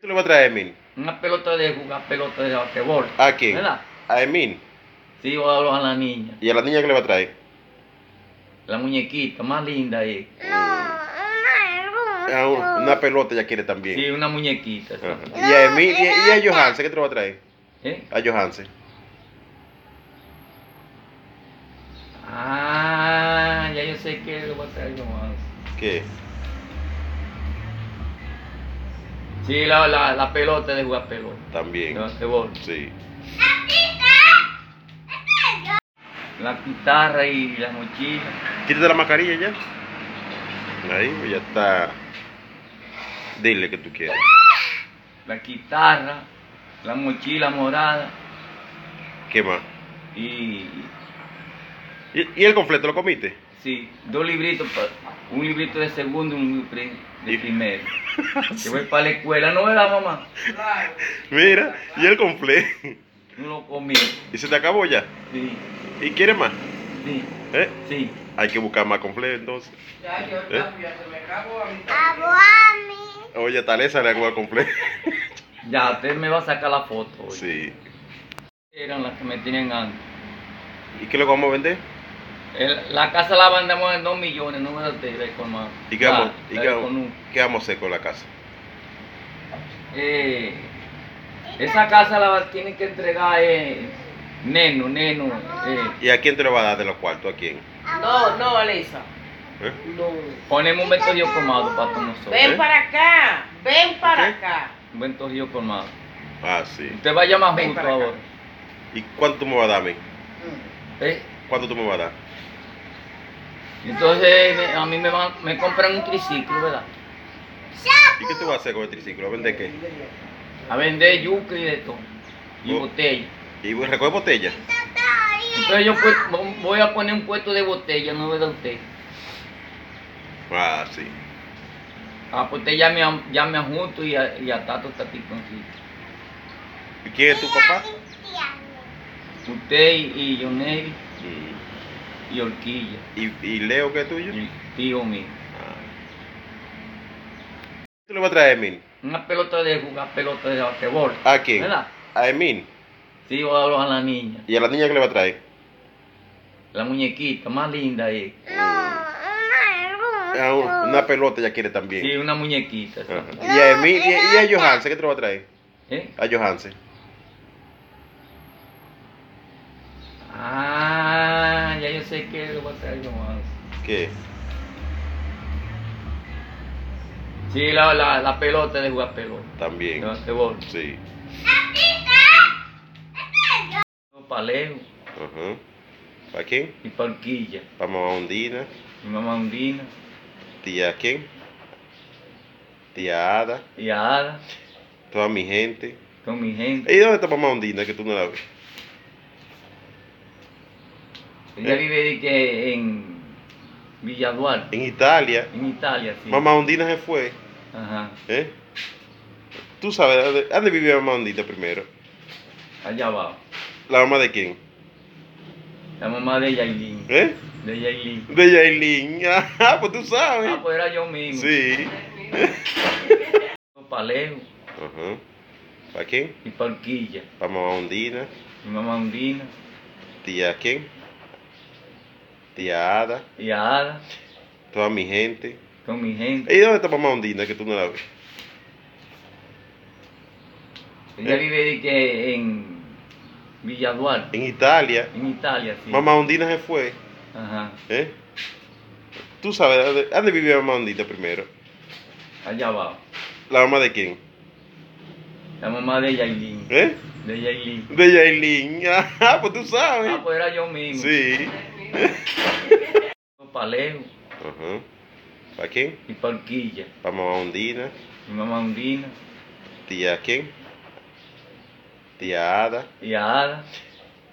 tú le vas a traer a Emil? Una pelota de jugar, pelota de basquetbol. ¿A quién? ¿Verdad? A Emil. Sí, o a la niña. ¿Y a la niña que le va a traer? La muñequita, más linda es. No, Ah, no, una pelota ya quiere también. Sí, una muñequita. sí. Ajá. ¿Y a Emil? ¿Y, y a Johansen? ¿Qué te lo va a traer? ¿Eh? A Johansen. Ah, ya yo sé que le voy a traer yo más. ¿Qué? Sí, la, la, la pelota de jugar pelota. De También. basquetbol. Sí. La guitarra y la mochila. Quítate la mascarilla ya. Ahí, pues ya está. Dile que tú quieres. La guitarra, la mochila morada ¿Qué más? y. ¿Y, y el completo lo comiste? Sí, dos libritos, pa- un librito de segundo y un libri- de Y- primero. Que voy para la escuela, ¿no era mamá? Mira, y el completo. No lo comí. Y se te acabó ya. Sí, ¿Y quieres más? sí, ¿Eh? sí. Hay que buscar más completo entonces. Ya, yo ¿Eh? ya se me acabó a mí. Abuami. Oye, tal esa le hago completo. Ya, usted me va a sacar la foto. hoy. Sí. Eran las que me tenían antes. ¿Y qué es lo que vamos a vender? El- la casa la mandamos en dos millones, no me da de con más. ¿Y qué vamos, Ya, y Ah, la qué de vamos, con un- qué vamos a hacer con la casa? Eh, esa casa la tienen que entregar eh, Neno, Neno. eh. ¿Y a quién te lo va a dar de los cuartos? ¿A quién? No, no, Elisa. ¿Eh? No. Ponemos un ventorrillo colmado para todos nosotros. Ven ¿Eh? para acá, ven para ¿Qué? acá. Un ventorrillo colmado. Ah, sí. Usted vaya más Ven justo para acá. ahora. ¿Y cuánto tú me vas a dar a mí? ¿eh? ¿Cuánto tú me vas a dar? Entonces me- a mí me, van- me compran un triciclo, ¿verdad? ¿Y qué tú vas a hacer con el triciclo? ¿A vender qué? A vender yuca y de todo. Y Oh. botella. ¿Y recoge botellas? Entonces yo pu- voy a poner un puesto de botella, ¿no verdad usted? Ah, sí. Ah, pues usted ya me, a- ya me ajunto y a, y a Tato Taticoncito. ¿Y quién es tu papá? Usted y, y Yoneri Mm. y Horquilla. ¿Y, y Leo que es tuyo? Y tío mío. Ah. ¿Qué tú le vas a traer a Emil? Una pelota de jugar pelota de basquetbol. ¿A quién? ¿Verdad? A Emil. Sí, o a a la niña. ¿Y a la niña que le va a traer? La muñequita, más linda es. Ah, No, un- una pelota ya quiere también. Sí, una muñequita. sí. Ajá. ¿Y a Emil? ¿Y, y a Johansen? ¿Qué te lo va a traer? ¿Eh? A Johansen. Ah, ya yo sé que le voy a traer yo más. ¿Qué? Sí, la, la, la pelota de jugar pelota. De También. basquetbol. Sí. Para Leo Ajá. ¿Para quién? y para Horquilla. Para mamá Ondina. Mi mamá Undina Tía quién? Tía Ada. y a Ada, Toda mi gente. con mi gente. ¿Y dónde está mamá Ondina que tú no la ves? Ella eh. vive de que en Villa Duarte, En Italia. en Italia, sí. Mamá Ondina se fue. Ajá, ¿Eh? Tú sabes, ¿dónde, dónde vivía mamá Ondina primero? allá abajo. ¿La mamá de quién? La mamá de Yailin. ¿Eh? De Yailin. De Yailin. Ajá, pues tú sabes. Ah, pues era yo mismo. Sí. Para Leo Ajá. ¿Para quién? y para Horquilla. Para mamá Ondina. Mi mamá Undina Tía quién? Tía Ada. y a Ada, Toda mi gente. con mi gente. ¿Y dónde está mamá Ondina que tú no la ves? eh. Ella vive de que en Villa Duarte, En Italia. en Italia, sí. Mamá Ondina se fue. Ajá, ¿Eh? Tú sabes, ¿dónde, dónde vivía mamá Ondina primero? allá abajo. ¿La mamá de quién? La mamá de Yailin. ¿Eh? De Yailin. De Yailin. Ajá, pues tú sabes. Ah, pues era yo mismo. Sí. Para Leo Ajá. ¿Para quién? y para Horquilla. Para mamá Ondina. Mi mamá Undina Tía quién? Tía Ada. y a Ada,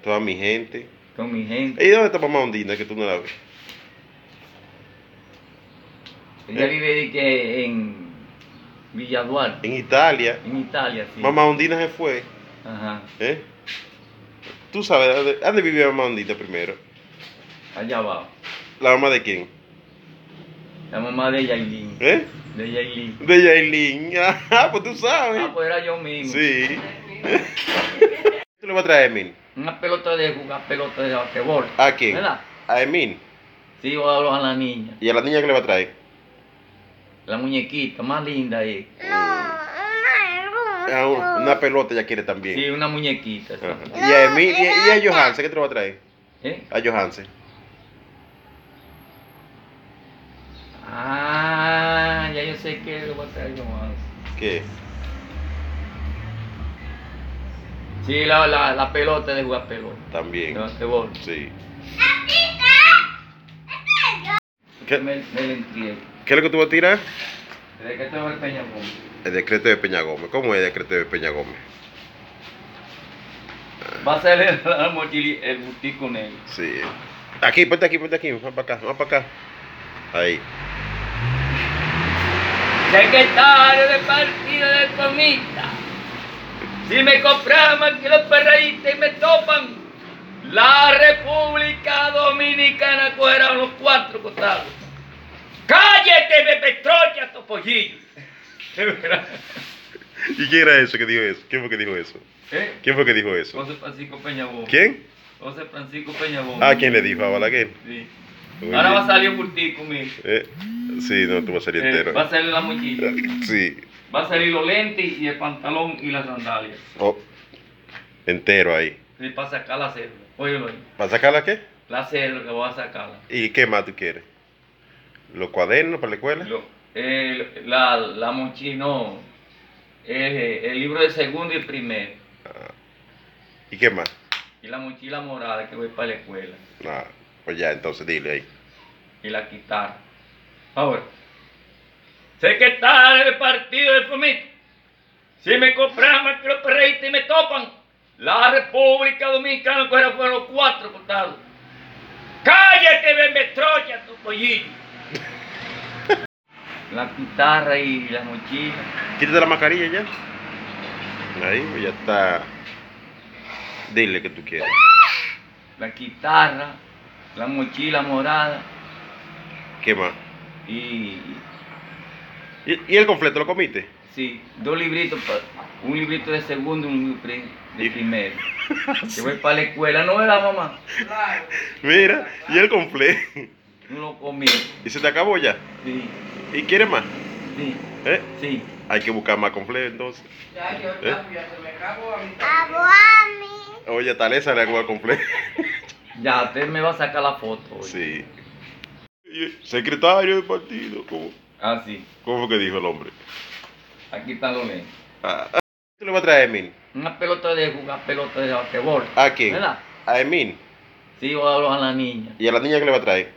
Toda mi gente. con mi gente. ¿Y dónde está mamá Ondina que tú no la ves? eh. Ella vive de que en Villa Duarte, En Italia. en Italia, sí. Mamá Ondina se fue. Ajá, ¿Eh? Tú sabes, ¿dónde, dónde vivía mamá Ondina primero? allá abajo. ¿La mamá de quién? La mamá de Yailin. ¿Eh? de Yailin. De Yailin. Ajá, pues tú sabes. Ah, pues era yo mismo. Sí. ¿Tú le vas a traer a Emin? Una pelota de jugar pelota de basquetbol. ¿A quién? ¿Verdad? A Emin. Sí, yo hablo a la niña. ¿Y a la niña que le va a traer? La muñequita, más linda es. Ah, una una pelota ella quiere también. Sí, una muñequita. sí. Ajá. ¿Y a Emin? ¿Y, y a Johansen? ¿Qué te lo va a traer? ¿Eh? A Johansen. Ah, ya yo sé que lo voy a traer yo más. ¿Qué? Sí, la, la, la pelota de jugar pelota. De También. basquetbol. Sí. Me, ¿Qué, me la entiendo. ¿Qué es lo que tú vas a tirar? ¿De qué te va el peñapón? El decreto de Peña Gómez. ¿Cómo es el decreto de Peña Gómez? Va a ser el, la mochili- el bustico negro. Sí. Aquí, ponte aquí, ponte aquí. Más para acá, más para acá. Ahí. Secretario de partido de comita. Si me compraban que los perreístas y me topan, la República Dominicana cogerá los cuatro costados. ¡Cállate, bebé troya, topollillo! ¿Y quién era eso que dijo eso? ¿Quién fue que dijo eso? ¿Eh? ¿Quién fue que dijo eso? José Francisco Peñabón. ¿Quién? José Francisco Peñabón. Ah, ¿quién le dijo? ¿A Balaguer? Sí. Muy Ahora va bien. a salir un bultico, mire. Eh, sí, no, tú vas a salir Eh, va a entero. salir la mochila. Sí, Va a salir los lentes y el pantalón y las sandalias. oh, entero ahí. Sí, para sacar la cédula. Óyelo ahí. ¿Para sacarla qué? La cédula que voy a sacarla. ¿Y qué más tú quieres? ¿Los cuadernos para la escuela? Lo- el- la, la mochila, no. El, el libro de segundo y primero. ¿Y qué más? Y la mochila morada que voy para la escuela. Ah, pues ya, entonces dile ahí. Y la guitarra. Ahora. Secretario del partido del FOMIT. Si me compran más que los perreístas y me topan, la República Dominicana fuera por los cuatro costados. ¡Cállate, bebé troya, tu pollillo! la guitarra y la mochila. Quítate la mascarilla ya. Ahí, pues ya está. Dile que tú quieres. la guitarra, la mochila morada ¿Qué más? y ¿Y, y el completo lo comiste? sí, dos libritos, pa- un librito de segundo y un libri- de Y- primero. Que voy para la escuela, no era mamá, Claro. Mira, y el completo. no lo comí. ¿Y se te acabó ya? Sí, ¿Y quieres más? sí, ¿Eh? sí. Hay que buscar más completo entonces. Ya yo ¿Eh? ya se me acabó a mí. Abuami. Oye, Talesa le hago el completo. Ya, usted me va a sacar la foto hoy. Sí. Y- eh, Secretario del partido, ¿cómo, Ah, sí, cómo fue que dijo el hombre? aquí están los lentes. Ah, ah, ¿Qué le va a traer a Emin? Una pelota de jugar pelota de basquetbol. ¿A quién? ¿Verdad? A Emin. Sí, yo hablo a la niña, ¿Y a la niña que le va a traer?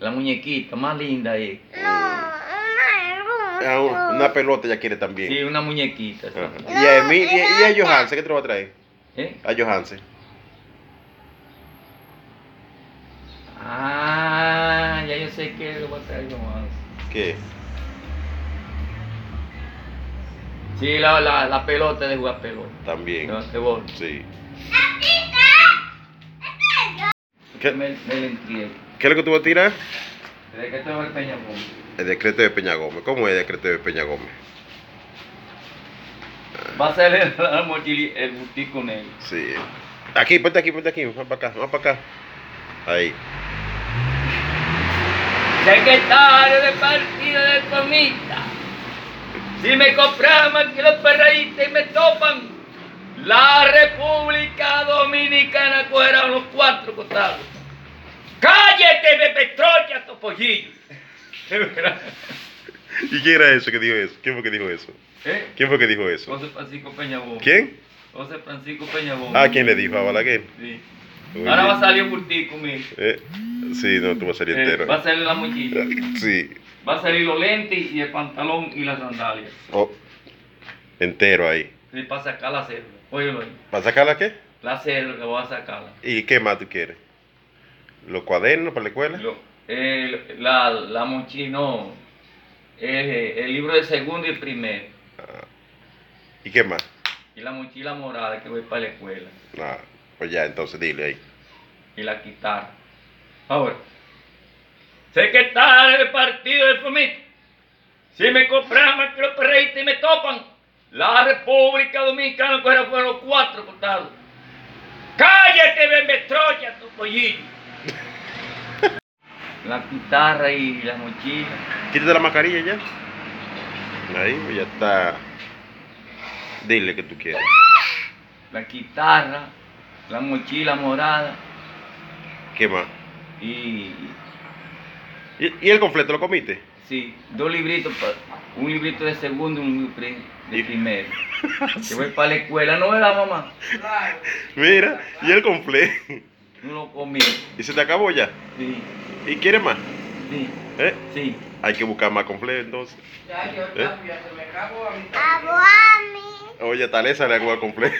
la muñequita, más linda es. Ah, un- una pelota ella quiere también. Sí, una muñequita. sí. Ajá. ¿Y a Emin? ¿Y, y a Johansen? ¿Qué te lo va a traer? ¿Eh? A Johansen. Ah, ya yo sé que lo voy a traer yo más. ¿Qué? Sí, la, la, la pelota de jugar pelota. De También. basquetbol. Sí. Me, ¿Qué, me la entiendo. ¿Qué es lo que tú vas a tirar? ¿De qué te va el peñapón? El decreto de Peña Gómez. ¿Cómo es el decreto de Peña Gómez? Va a ser el, la mochili- el bustico negro. Sí. Aquí, ponte aquí, ponte aquí. Más para acá, más para acá. Ahí. Secretario de partido de comita. Si me compraban que los perreístas y me topan, la República Dominicana cogerá los cuatro costados. ¡Cállate, bebé troya, topollillo! ¿Y quién era eso que dijo eso? ¿Quién fue que dijo eso? ¿Eh? ¿Quién fue que dijo eso? José Francisco Peñabón. ¿Quién? José Francisco Peñabón. Ah, ¿quién le dijo? ¿A Balaguer? Sí. Muy Ahora va a bien. salir un bultico, mire. Eh, sí, no, tú vas a salir Eh, va entero. a salir la mochila. Sí. Va a salir los lentes y el pantalón y las sandalias. Oh, entero ahí. Sí, para sacar la cédula. Óyelo ahí. ¿Para sacarla qué? La cédula que voy a sacarla. ¿Y qué más tú quieres? ¿Los cuadernos para la escuela? Lo- el- la, la mochila, no. El, el libro de segundo y primero. ¿Y qué más? Y la mochila morada que voy para la escuela. Ah, pues ya, entonces dile ahí. Y la guitarra. Ahora. Secretario del partido del FOMIT. Si me compraban que los perreitos y me topan, la República Dominicana fuera fueron los cuatro costados. ¡Cállate, bebé troya, tu pollillo! la guitarra y la mochila. Quítate la mascarilla ya. Ahí, pues ya está. Dile que tú quieres. la guitarra, la mochila morada ¿Qué más? y ¿Y, y el conflicto lo comiste? sí, dos libritos, pa- un librito de segundo y un libri- de Y- primero. Que voy para la escuela, no era mamá, Claro. Mira, y el conflicto. no lo comí. ¿Y se te acabó ya? Sí, ¿Y quieres más? sí, ¿Eh? sí. Hay que buscar más conflicto entonces. Ya yo ¿Eh? ya se me acabó a mí. Abuami, Oye, tal esa le hago al conflicto.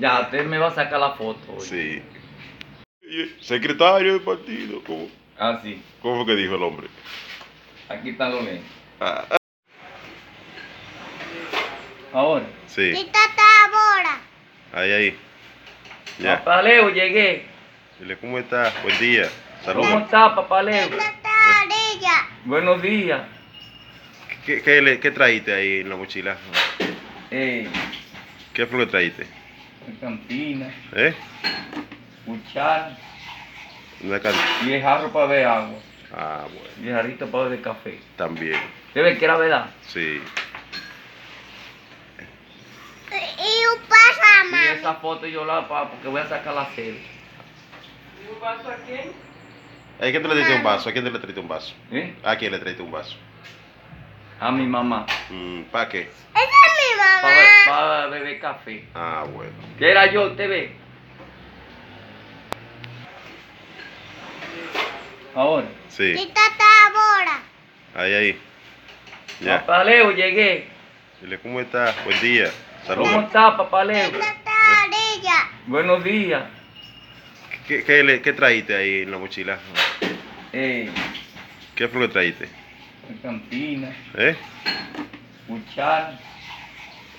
Ya, usted me va a sacar la foto hoy. Sí. Y- eh, Secretario del partido, ¿cómo, Ah, sí, cómo que dijo el hombre? aquí está lo bien. Ah, Ahora, sí, quítate ahora. ahí, ahí. Ya. papá Leo, llegué. Dile, ¿cómo está? Buen día. ¿Cómo Saludos. está, papá Leo? Quítate ahorilla. Buenos días. ¿Qué, qué, le- qué trajiste ahí en la mochila? Eh, ¿Qué fue lo que trajiste? cantina, ¿Eh? cuchara Una can... y el jarro para ver agua. Ah, bueno, Y el jarrito para beber café. también. ¿Usted ve que era verdad? Sí. Y un pasa, Y esa foto yo la pago porque voy a sacar la sede. ¿Y un vaso a quién? ¿A quién te le trajiste un vaso? ¿A quién te le trajiste un vaso? ¿Eh? ¿A quién le trajiste un vaso? A mi mamá. ¿Para qué? Esa es mi Para, mamá. para beber café. Ah, bueno. Que era yo, usted ve. Ahora. Sí, Quítate ahora. ahí, ahí. Ya. Papá Leo, llegué. Dile, ¿cómo está? Buen día. ¿Cómo Saludos. está, papá Leo? Quítate ahorilla. Buenos días. ¿Qué, qué, le- qué trajiste ahí en la mochila? Eh, ¿Qué fue lo que trajiste? cantina, ¿Eh? cuchara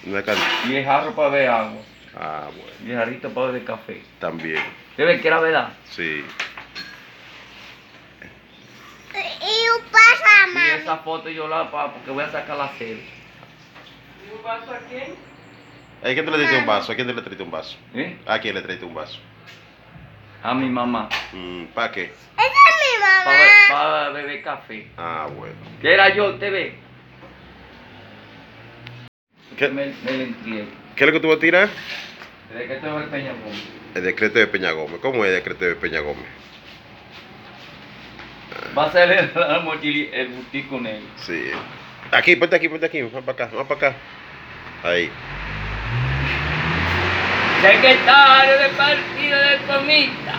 Una can... y el jarro para beber agua. Ah, bueno, Y el jarrito para beber café. también. ¿Usted ve que era verdad? Sí. Y un pasa, Y esa foto yo la pago porque voy a sacar la sede. ¿Y un vaso a quién? ¿A quién te le trajiste un vaso? ¿A quién te le trajiste un vaso? ¿Eh? ¿A quién le trajiste un vaso? A mi mamá. ¿Para qué? Esa es mi Para, mamá. para beber café. Ah, bueno. Que era yo, usted ve. ¿Qué? Me, me lo entiendo. ¿Qué es lo que tú vas a tirar? Desde que tengo el Peñapón. El decreto de Peña Gómez. ¿Cómo es el decreto de Peña Gómez? Va a ser la mochila el bustico negro. Sí. Aquí, ponte aquí, ponte aquí. Más para acá, más para acá. Ahí. Secretario de partido de comita.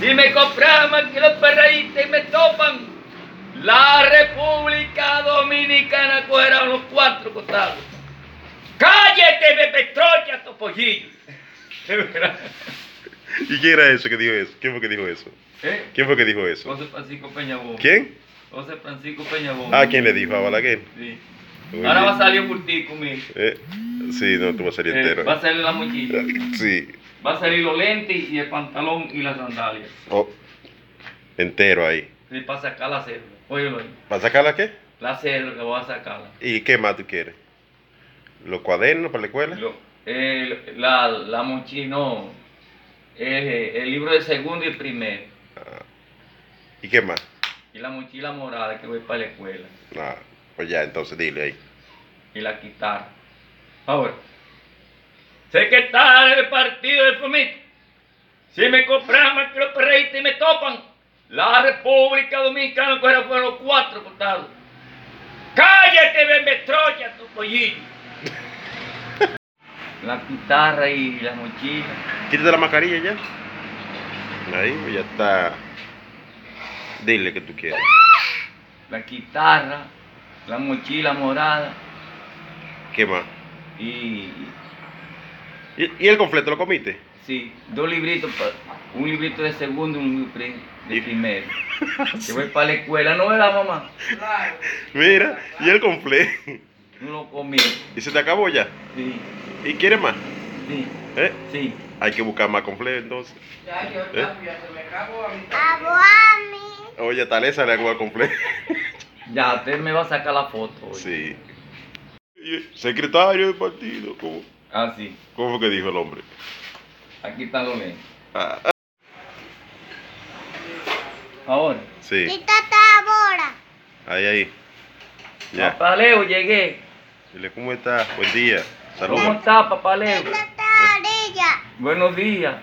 Si me compraban que los perreitos y me topan, la República Dominicana cogerá los cuatro costados. ¡Cállate, bebé troya, tu pollillo! ¿Y quién era eso que dijo eso? ¿Quién fue que dijo eso? ¿Eh? ¿Quién fue que dijo eso? José Francisco Peñabón. ¿Quién? José Francisco Peñabón. Ah, ¿quién le dijo? ¿A Balaguer? Sí. Muy Ahora va a bien. salir un bultico, mire. Eh, sí, no, tú vas a salir Eh, entero. va a salir la mochila. Sí. Va a salir los lentes y el pantalón y las sandalias. Oh, entero ahí. Y para sacar la cédula. Óyelo ahí. ¿Para sacarla qué? La cédula que voy a sacarla. ¿Y qué más tú quieres? ¿Los cuadernos para la escuela? Lo- eh, la, la mochila, no. Eh, el libro de segundo y primero. ¿Y qué más? Y la mochila morada que voy para la escuela. Ah, pues ya, entonces dile ahí. Y la guitarra. Ahora. Secretario del partido del FOMIT. Si me compraban que los perreitos y me topan, la República Dominicana fuera fueron los cuatro costados. ¡Cállate, bebé troya, tu pollillo! la guitarra y la mochila. Quítate la mascarilla ya. Ahí, pues ya está. Dile que tú quieres. la guitarra, la mochila morada ¿Qué más? y ¿Y, y el conflicto lo comiste? sí, dos libritos, pa- un librito de segundo y un libri- de Y- primero. Que voy para la escuela, no era mamá, Claro. Mira, y el conflicto. no lo comí. ¿Y se te acabó ya? Sí, ¿Y quieres más? sí, ¿Eh? sí. Hay que buscar más conflicto entonces. Ya yo ¿Eh? ya se me acabó a mí. Abuami, Oye, tal esa le hago al conflicto. Ya, usted me va a sacar la foto. hoy. Sí. Y el Secretario del partido, ¿cómo, Ah, sí. cómo que dijo el hombre? Aquí está lo bien. Ah, Ahora. sí, Quítate ahora. ahí, ahí. Ya. Papá Leo, llegué. Dile, ¿cómo está? Buen día. ¿Cómo Saludos. está, papá Leo? Quítate ahora. Buenos días.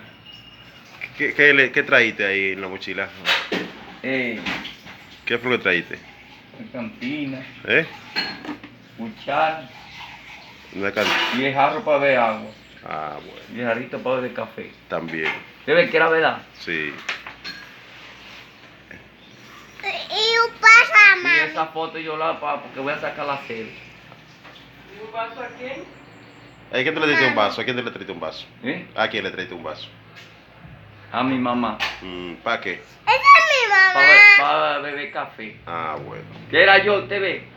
¿Qué, qué, le- qué trajiste ahí en la mochila? Eh, ¿Qué fue lo que trajiste? cantina, ¿Eh? cuchara Una can- y el jarro para ver agua. Ah, bueno. Y el jarrito para beber café. También. ¿Usted ve que era verdad? Sí. Y un pasa, Sí, mami. esa foto yo la pago porque voy a sacar la sede. ¿Y un vaso a quién? ¿A quién te le trajiste un vaso? ¿A quién te le trajiste un vaso? ¿Eh? ¿A quién le trajiste un vaso? A mi mamá. ¿Para qué? Esa es mi mamá. Para, para beber café. Ah, bueno. ¿Qué era yo? ¿Usted ve?